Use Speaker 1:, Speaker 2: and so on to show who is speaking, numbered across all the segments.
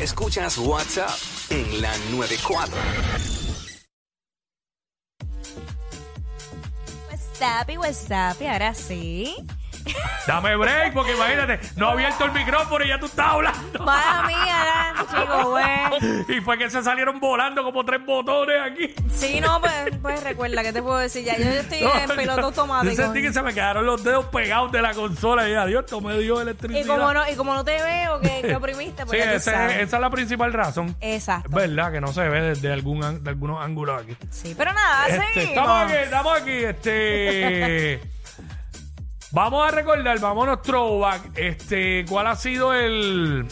Speaker 1: Escuchas WhatsApp en la 94.
Speaker 2: WhatsApp y WhatsApp, y ahora sí.
Speaker 3: Dame break, porque imagínate, no abierto el micrófono y ya tú estás hablando.
Speaker 2: Mala mía, ahora, chico, güey.
Speaker 3: Y fue que se salieron volando como tres botones aquí.
Speaker 2: Sí, no, pues, pues recuerda, ¿qué te puedo decir? Ya yo estoy en piloto automático.
Speaker 3: Yo sentí que se me quedaron los dedos pegados de la consola y adiós, esto me dio electricidad.
Speaker 2: y, como no, y como no te veo, que, que oprimiste,
Speaker 3: Sí,
Speaker 2: pues ya tú
Speaker 3: esa es,
Speaker 2: sabes.
Speaker 3: esa es la principal razón.
Speaker 2: Exacto.
Speaker 3: ¿Verdad? Que no se ve desde algún, an- de algunos ángulos aquí.
Speaker 2: Ah, Sí, pero nada,
Speaker 3: Este,
Speaker 2: seguimos.
Speaker 3: estamos aquí, estamos aquí. Este, vamos a recordar, vamos a nuestro back. Este, ¿Cuál ha sido el,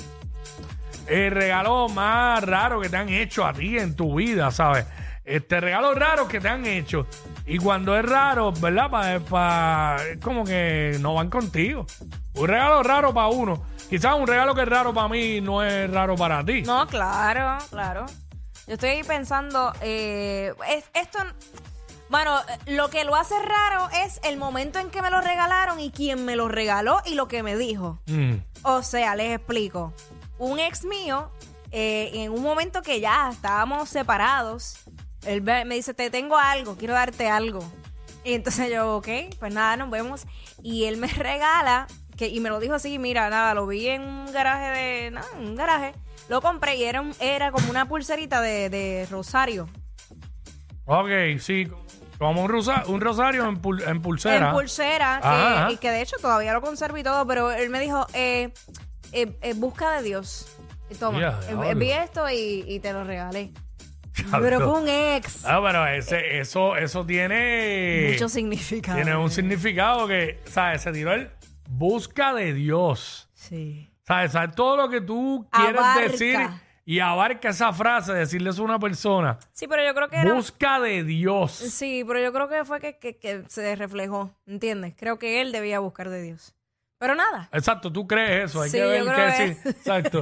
Speaker 3: el regalo más raro que te han hecho a ti en tu vida, sabes? Este regalo raro que te han hecho. Y cuando es raro, ¿verdad? Pa, pa- es como que no van contigo. Un regalo raro para uno. Quizás un regalo que es raro para mí no es raro para ti.
Speaker 2: No, claro, claro. Yo estoy ahí pensando, eh, es- esto, bueno, lo que lo hace raro es el momento en que me lo regalaron y quién me lo regaló y lo que me dijo.
Speaker 3: Mm.
Speaker 2: O sea, les explico. Un ex mío, eh, en un momento que ya estábamos separados, él ve- me dice, te tengo algo, quiero darte algo. Y entonces yo, ok, pues nada, nos vemos. Y él me regala, que, y me lo dijo así, mira, nada, lo vi en un garaje de, nada, en un garaje. Lo compré y era, un- era como una pulserita de, de rosario.
Speaker 3: Ok, sí. Como un, rosa- un rosario en, pul- en pulsera.
Speaker 2: En pulsera, que,
Speaker 3: Ajá, ajá.
Speaker 2: y que de hecho todavía lo conservo y todo, pero él me dijo, eh, eh, eh, busca de Dios. Y Toma,
Speaker 3: Ya,
Speaker 2: eh,
Speaker 3: diablo.
Speaker 2: eh, vi esto y, y te lo regalé.
Speaker 3: Diablo.
Speaker 2: Pero fue un ex.
Speaker 3: Ah, pero ese, eso, eso tiene,
Speaker 2: Mucho significado.
Speaker 3: tiene un significado que, ¿sabes? Se tiró el busca de Dios.
Speaker 2: Sí.
Speaker 3: ¿Sabes? ¿Sabes? Todo lo que tú quieres
Speaker 2: Abarca.
Speaker 3: decir y abarca esa frase, decirle eso a una persona.
Speaker 2: Sí, pero yo creo que era...
Speaker 3: Busca de Dios.
Speaker 2: Sí, pero yo creo que fue que, que- que se reflejó, ¿entiendes? Creo que él debía buscar de Dios. Pero nada.
Speaker 3: Exacto, tú crees eso. Hay
Speaker 2: Sí,
Speaker 3: que
Speaker 2: yo
Speaker 3: ver
Speaker 2: creo
Speaker 3: qué
Speaker 2: que-
Speaker 3: decir. Exacto.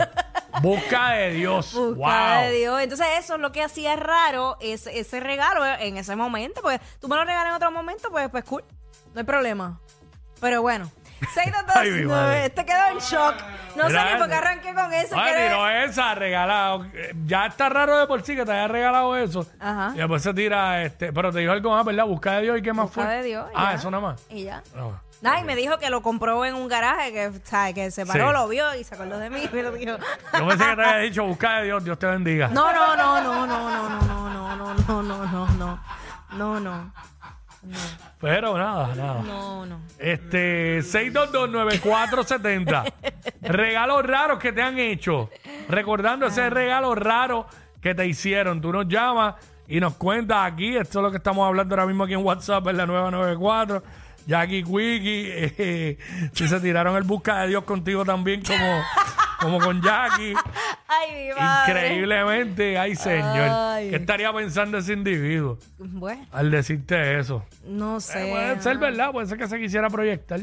Speaker 3: busca de Dios.
Speaker 2: Busca
Speaker 3: wow.
Speaker 2: de Dios. Entonces eso es lo que hacía raro ese, ese regalo eh, en ese momento. Porque tú me lo regalas en otro momento, pues, pues cool. No hay problema. Pero bueno. 622
Speaker 3: Ay, mi madre.
Speaker 2: Te este quedó en shock. No sé ni
Speaker 3: Grande.
Speaker 2: por qué arranqué con eso.
Speaker 3: Ay,
Speaker 2: que-
Speaker 3: tiró esa, regalado. Eh, Ya está raro de por sí que te haya regalado eso.
Speaker 2: Ajá.
Speaker 3: Y después se tira, este, pero te dijo algo más, ¿verdad? Busca de Dios y qué más
Speaker 2: Busca
Speaker 3: fue.
Speaker 2: de Dios,
Speaker 3: Ah,
Speaker 2: ya.
Speaker 3: eso nada más.
Speaker 2: Y ya.
Speaker 3: No.
Speaker 2: Ay, me dijo que lo compró en un garaje, que, sabe, que se paró,
Speaker 3: Sí.
Speaker 2: lo vio y se acordó de mí. y me lo dijo.
Speaker 3: Yo pensé que te había dicho, busca de Dios, Dios te bendiga.
Speaker 2: No, no, no, no, no, no, no, no, no, no, no, no, no, no, no,
Speaker 3: Pero nada, nada.
Speaker 2: no, no.
Speaker 3: Este, 6229470. Regalos raros que te han hecho. Recordando ese regalo raro que te hicieron. Tú nos llamas y nos cuentas aquí. Esto es lo que estamos hablando ahora mismo aquí en WhatsApp, en la 994. Jackie Quickie. eh, si se tiraron el busca de Dios contigo también, como, como con Jackie.
Speaker 2: Ay, mi madre.
Speaker 3: Increíblemente, ay señor.
Speaker 2: Ay.
Speaker 3: ¿Qué estaría pensando ese individuo
Speaker 2: Bueno,
Speaker 3: al decirte eso?
Speaker 2: no sé.
Speaker 3: Eh, puede ser verdad, puede ser que se quisiera proyectar.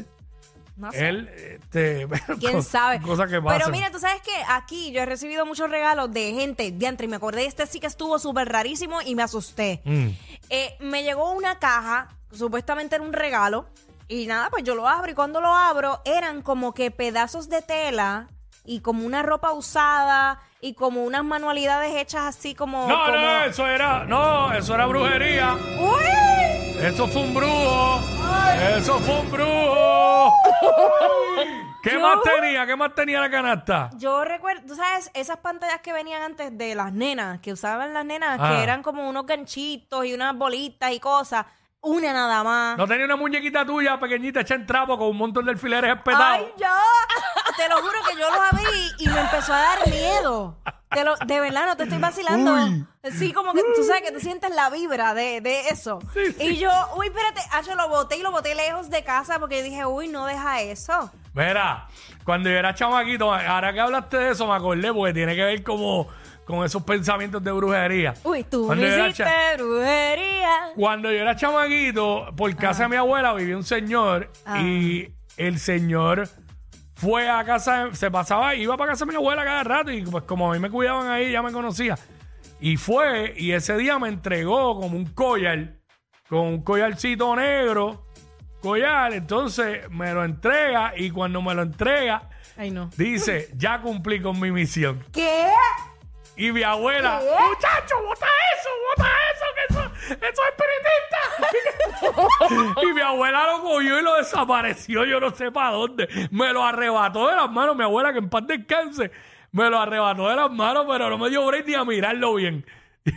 Speaker 2: No sé.
Speaker 3: Él, este, pero
Speaker 2: ¿Quién
Speaker 3: cos-
Speaker 2: sabe?
Speaker 3: Cosas Eh, que pasan.
Speaker 2: Pero mira, tú sabes que aquí yo he recibido muchos regalos de gente diantre y me acordé, este sí que estuvo súper rarísimo y me asusté.
Speaker 3: Mm.
Speaker 2: Eh, me llegó una caja, supuestamente era un regalo, y nada, pues yo lo abro y cuando lo abro eran como que pedazos de tela y como una ropa usada y como unas manualidades hechas así como...
Speaker 3: No,
Speaker 2: como-
Speaker 3: no, eso era, no, eso era brujería.
Speaker 2: ¡Uy!
Speaker 3: Eso fue un brujo. Eso fue un brujo. ¿Qué
Speaker 2: Yo-
Speaker 3: más tenía? ¿Qué más tenía la canasta?
Speaker 2: Yo recuerdo, tú sabes, esas pantallas que venían antes de las nenas, que usaban las nenas,
Speaker 3: Ah.
Speaker 2: que eran como unos ganchitos y unas bolitas y cosas, una nada más.
Speaker 3: No tenía una muñequita tuya pequeñita hecha en trapo con un montón de alfileres espetados.
Speaker 2: Ay, yo, te lo juro que yo los abrí y me empezó a dar miedo. Te lo- de verdad, no te estoy vacilando.
Speaker 3: Uy.
Speaker 2: Sí, como que tú sabes que tú sientes la vibra de, de eso. Y yo, uy, espérate, ah, yo lo boté y lo boté lejos de casa porque dije, uy, no deja eso.
Speaker 3: Mira, cuando yo era chamaquito, ahora que hablaste de eso, me acordé porque tiene que ver como con esos pensamientos de brujería.
Speaker 2: Uy, tú
Speaker 3: Cuando
Speaker 2: me
Speaker 3: yo era
Speaker 2: hiciste
Speaker 3: cha-
Speaker 2: brujería.
Speaker 3: Cuando yo era chamaquito, por casa de mi abuela vivía un señor
Speaker 2: Ah.
Speaker 3: y el señor fue a casa, se pasaba, iba para casa de mi abuela cada rato y pues como a mí me cuidaban ahí, ya me conocía. Y fue y ese día me entregó como un collar, con un collarcito negro, collar, entonces me lo entrega y cuando me lo entrega
Speaker 2: Ay, no.
Speaker 3: dice, ya cumplí con mi misión.
Speaker 2: ¿Qué?
Speaker 3: Y mi abuela, muchacho, bota eso, bota eso, que eso, eso es espiritista. y mi abuela lo cogió y lo desapareció, yo no sé para dónde. Me lo arrebató de las manos, mi abuela, que en paz descanse, me lo arrebató de las manos, pero no me dio break ni a mirarlo bien.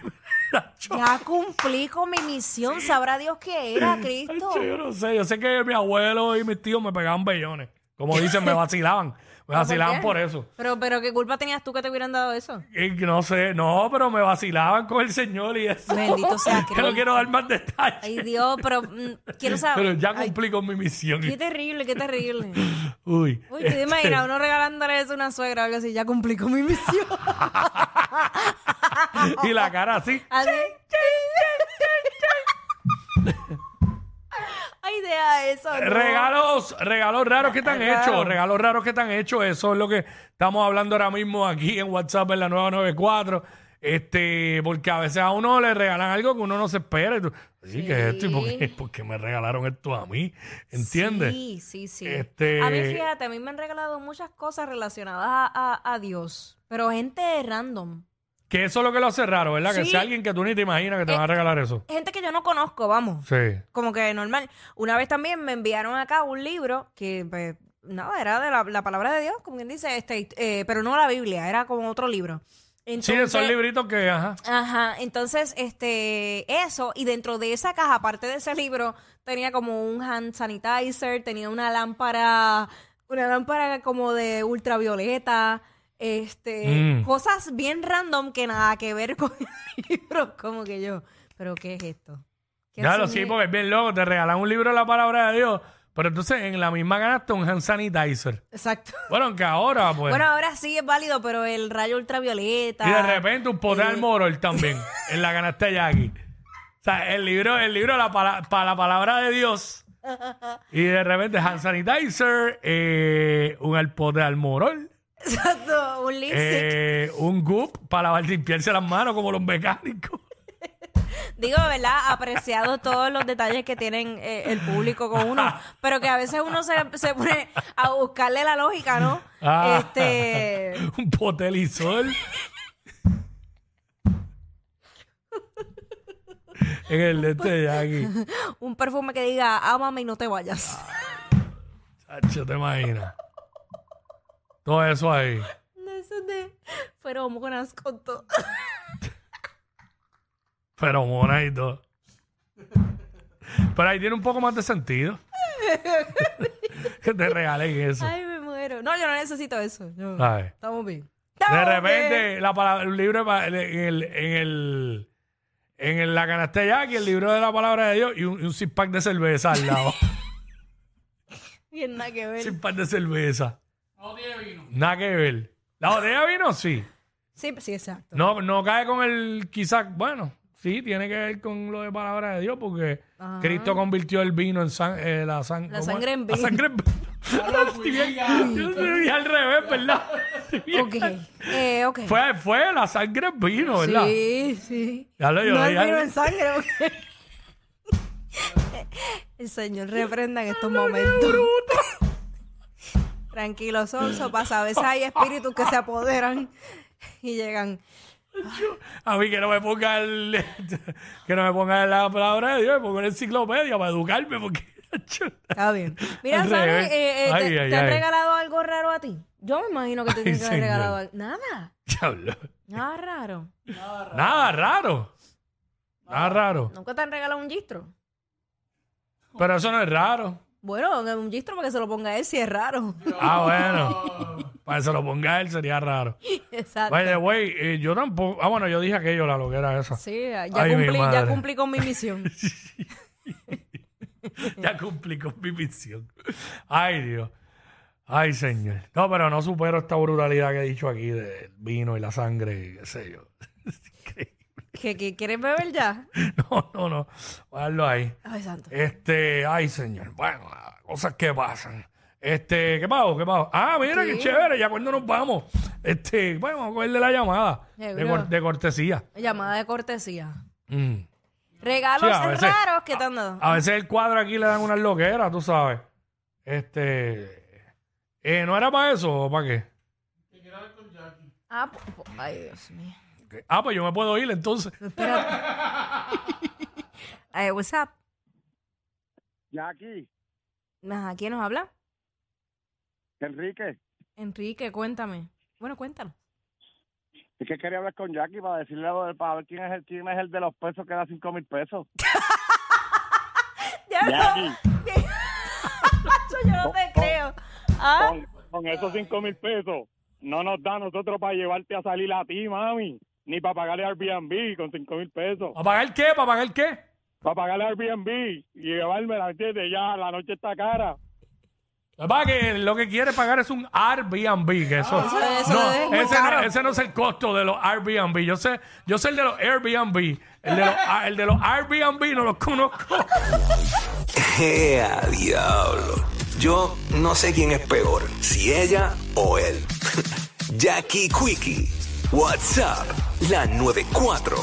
Speaker 3: Tacho,
Speaker 2: Ya cumplí con mi misión, sabrá Dios qué era, Cristo.
Speaker 3: tacho, yo no sé, yo sé que mi abuelo y mis tíos me pegaban bellones. Como dicen, me vacilaban. Me vacilaban por eso.
Speaker 2: Pero, pero ¿qué culpa tenías tú que te hubieran dado eso?
Speaker 3: Y Eh, no sé, no, pero me vacilaban con el señor y eso.
Speaker 2: Bendito sea
Speaker 3: Que no
Speaker 2: Cristo.
Speaker 3: quiero dar más detalles.
Speaker 2: Ay, Dios, pero mm, quiero saber.
Speaker 3: Pero ya
Speaker 2: Ay,
Speaker 3: cumplí con mi misión.
Speaker 2: qué terrible, qué terrible.
Speaker 3: Uy.
Speaker 2: Uy, tú te imaginas uno regalándole eso a una suegra o algo así, ya cumplí con mi misión.
Speaker 3: este, y la cara así.
Speaker 2: Así. Ay, deja eso. no.
Speaker 3: Regalos, regalos raros que te han
Speaker 2: Raro.
Speaker 3: hecho, regalos raros que te han hecho, eso es lo que estamos hablando ahora mismo aquí en WhatsApp en la 994. Este, porque a veces a uno le regalan algo que uno no se espera. y tú, "Ay, ¿qué es esto? ¿Y por qué, por qué me regalaron esto a mí? ¿Entiendes?
Speaker 2: Sí, sí, sí.
Speaker 3: Este-
Speaker 2: A mí, fíjate, a mí me han regalado muchas cosas relacionadas a, a- a Dios, pero gente random.
Speaker 3: Que eso es lo que lo hace raro, ¿verdad? Que
Speaker 2: Sí.
Speaker 3: sea alguien que tú ni te imaginas que te van a regalar eso.
Speaker 2: Gente que yo no conozco, vamos.
Speaker 3: Sí.
Speaker 2: Como que normal. Una vez también me enviaron acá un libro que, pues, nada, era de la, la palabra de Dios, como quien dice, este, eh, pero no la Biblia, era como otro libro.
Speaker 3: Sí,
Speaker 2: Entonces-
Speaker 3: esos libritos que, ajá.
Speaker 2: Ajá, entonces, este, eso, y dentro de esa caja, aparte de ese libro, tenía como un hand sanitizer, tenía una lámpara, una lámpara como de ultravioleta, este,
Speaker 3: Mm.
Speaker 2: cosas bien random que nada que ver con el libro, como que yo, pero ¿qué es esto? ¿Qué
Speaker 3: Claro, sí,
Speaker 2: significa?
Speaker 3: porque es bien loco. Te regalan un libro de la palabra de Dios, pero entonces en la misma ganaste un hand sanitizer.
Speaker 2: Exacto.
Speaker 3: Bueno, aunque ahora, pues.
Speaker 2: Bueno, ahora sí es válido, pero el rayo ultravioleta.
Speaker 3: y de repente un pote
Speaker 2: eh.
Speaker 3: al morol también. en la ganaste ya aquí. O sea, el libro, el libro de la pala- para la palabra de Dios. Y de repente hand sanitizer, eh, un al pote al morol,
Speaker 2: Exacto, un lipstick.
Speaker 3: eh, un goop para lavar- limpiarse las manos como los mecánicos.
Speaker 2: Digo, ¿verdad? Apreciado todos los detalles que tienen eh, el público con uno, pero que a veces uno se, se pone a buscarle la lógica, ¿no?
Speaker 3: Ah.
Speaker 2: Este,
Speaker 3: un potelizol. en el de este Jackie.
Speaker 2: un perfume que diga, ámame y no te vayas.
Speaker 3: Ah. Chacho, te imaginas. Todo eso ahí.
Speaker 2: Eso de feromonas con todo.
Speaker 3: Pero mona y todo. Pero ahí tiene un poco más de sentido. que te regalen eso.
Speaker 2: Ay, me muero. No, yo no necesito eso. No.
Speaker 3: ¿sabes?
Speaker 2: Estamos bien.
Speaker 3: Ah. De
Speaker 2: Estamos bien.
Speaker 3: repente, la palabra, el libro de pa- en el, en el en el- la canasta de Jackie, el libro de la palabra de Dios y un, y un six pack de cerveza al lado.
Speaker 2: Bien, nada que ver.
Speaker 3: Sin par de cerveza. Nada que ver. La botella de vino, sí.
Speaker 2: Sí, sí, exacto.
Speaker 3: No, no cae con el, quizás, bueno, sí, tiene que ver con lo de palabra de Dios, porque
Speaker 2: Ajá.
Speaker 3: Cristo convirtió el vino en san- eh, la, san-
Speaker 2: La
Speaker 3: ¿cómo es?
Speaker 2: sangre en
Speaker 3: La
Speaker 2: vino.
Speaker 3: sangre en vino. Estoy bien- Yo estoy bien al revés, ¿verdad? Estoy bien-
Speaker 2: Ok, eh, ok.
Speaker 3: Fue, fue la sangre en vino, ¿verdad?
Speaker 2: Sí, sí.
Speaker 3: Ya lo- yo
Speaker 2: no
Speaker 3: lo
Speaker 2: es
Speaker 3: dije.
Speaker 2: vino en sangre. porque- El Señor reprenda en estos momentos. Tranquilo, Sonso, pasa. A veces hay espíritus que se apoderan y llegan.
Speaker 3: A mí que no me ponga el, que no me ponga la palabra de Dios, me ponga la enciclopedia para educarme, porque...
Speaker 2: Está bien. Mira,
Speaker 3: Al
Speaker 2: Sony,
Speaker 3: revés.
Speaker 2: eh, eh,
Speaker 3: Ay,
Speaker 2: te,
Speaker 3: ay,
Speaker 2: te han
Speaker 3: ay.
Speaker 2: regalado algo raro a ti? Yo me imagino que te tienen que haber
Speaker 3: señor.
Speaker 2: regalado algo. Nada,
Speaker 3: Diablo.
Speaker 2: nada raro.
Speaker 3: Nada raro. Nada raro.
Speaker 2: Nunca te han regalado un gistro.
Speaker 3: Pero eso no es raro.
Speaker 2: Bueno, un gistro para que se lo ponga él si es raro.
Speaker 3: Ah, bueno. Para que se lo ponga él sería raro.
Speaker 2: Exacto.
Speaker 3: By the way, eh, yo tampoco. Ah, bueno, yo dije aquello, la loquera esa.
Speaker 2: Sí, ya
Speaker 3: Ay, mi
Speaker 2: cumplí, ya
Speaker 3: madre.
Speaker 2: cumplí con mi misión.
Speaker 3: Ya cumplí con mi misión. Ay, Dios. Ay, señor. No, pero no supero esta brutalidad que he dicho aquí del vino y la sangre, y qué sé yo. Es increíble.
Speaker 2: ¿Que, que quieres beber ya?
Speaker 3: No, no, no. Voy a dejarlo ahí.
Speaker 2: Ay, santo.
Speaker 3: Este, ay, señor. Bueno, cosas que pasan. Este, ¿qué pago? ¿Qué pago? Ah, mira,
Speaker 2: Sí.
Speaker 3: qué chévere. ¿Ya cuándo nos vamos? Este, bueno, vamos a cogerle la llamada. De,
Speaker 2: Seguro.
Speaker 3: cor- de cortesía.
Speaker 2: Llamada de cortesía.
Speaker 3: Mm.
Speaker 2: Regalos
Speaker 3: Sí, a veces- Ah,
Speaker 2: raros que te han dado.
Speaker 3: A veces el cuadro aquí le dan unas loqueras, tú sabes. Este. eh, ¿No era para eso o para qué?
Speaker 2: Ah, po- po- ay, Dios mío.
Speaker 3: Ah, pues yo me puedo ir entonces.
Speaker 2: Espérate. Eh, what's up?
Speaker 4: Jackie,
Speaker 2: Ajá, ¿Quién nos habla?
Speaker 4: Enrique,
Speaker 2: Enrique, cuéntame. Bueno, cuéntanos.
Speaker 4: es que quería hablar con Jackie para decirle algo de- para ver quién es el quién es el de los pesos que da cinco mil pesos.
Speaker 2: Ya
Speaker 4: Jackie,
Speaker 2: Nacho, yo no te creo. Ah,
Speaker 4: con, con esos cinco mil pesos no nos da a nosotros para llevarte a salir a ti, mami, ni para pagarle Airbnb con cinco mil pesos,
Speaker 3: ¿Para pagar qué? ¿Para pagar qué?
Speaker 4: para pagarle Airbnb y llevarme la ¿entiendes? Ya la noche está cara.
Speaker 3: Va, que lo que quiere pagar es un Airbnb, que eso,
Speaker 2: Ah, Eso- eso
Speaker 3: no,
Speaker 2: es muy
Speaker 3: ese,
Speaker 2: caro.
Speaker 3: No, ese no es el costo de los Airbnb. Yo sé, yo sé el de los Airbnb. El de los, el de los Airbnb no los conozco.
Speaker 1: ¡Ea, diablo! Yo no sé quién es peor, si ella o él. Jackie Quickie, WhatsApp, la 94.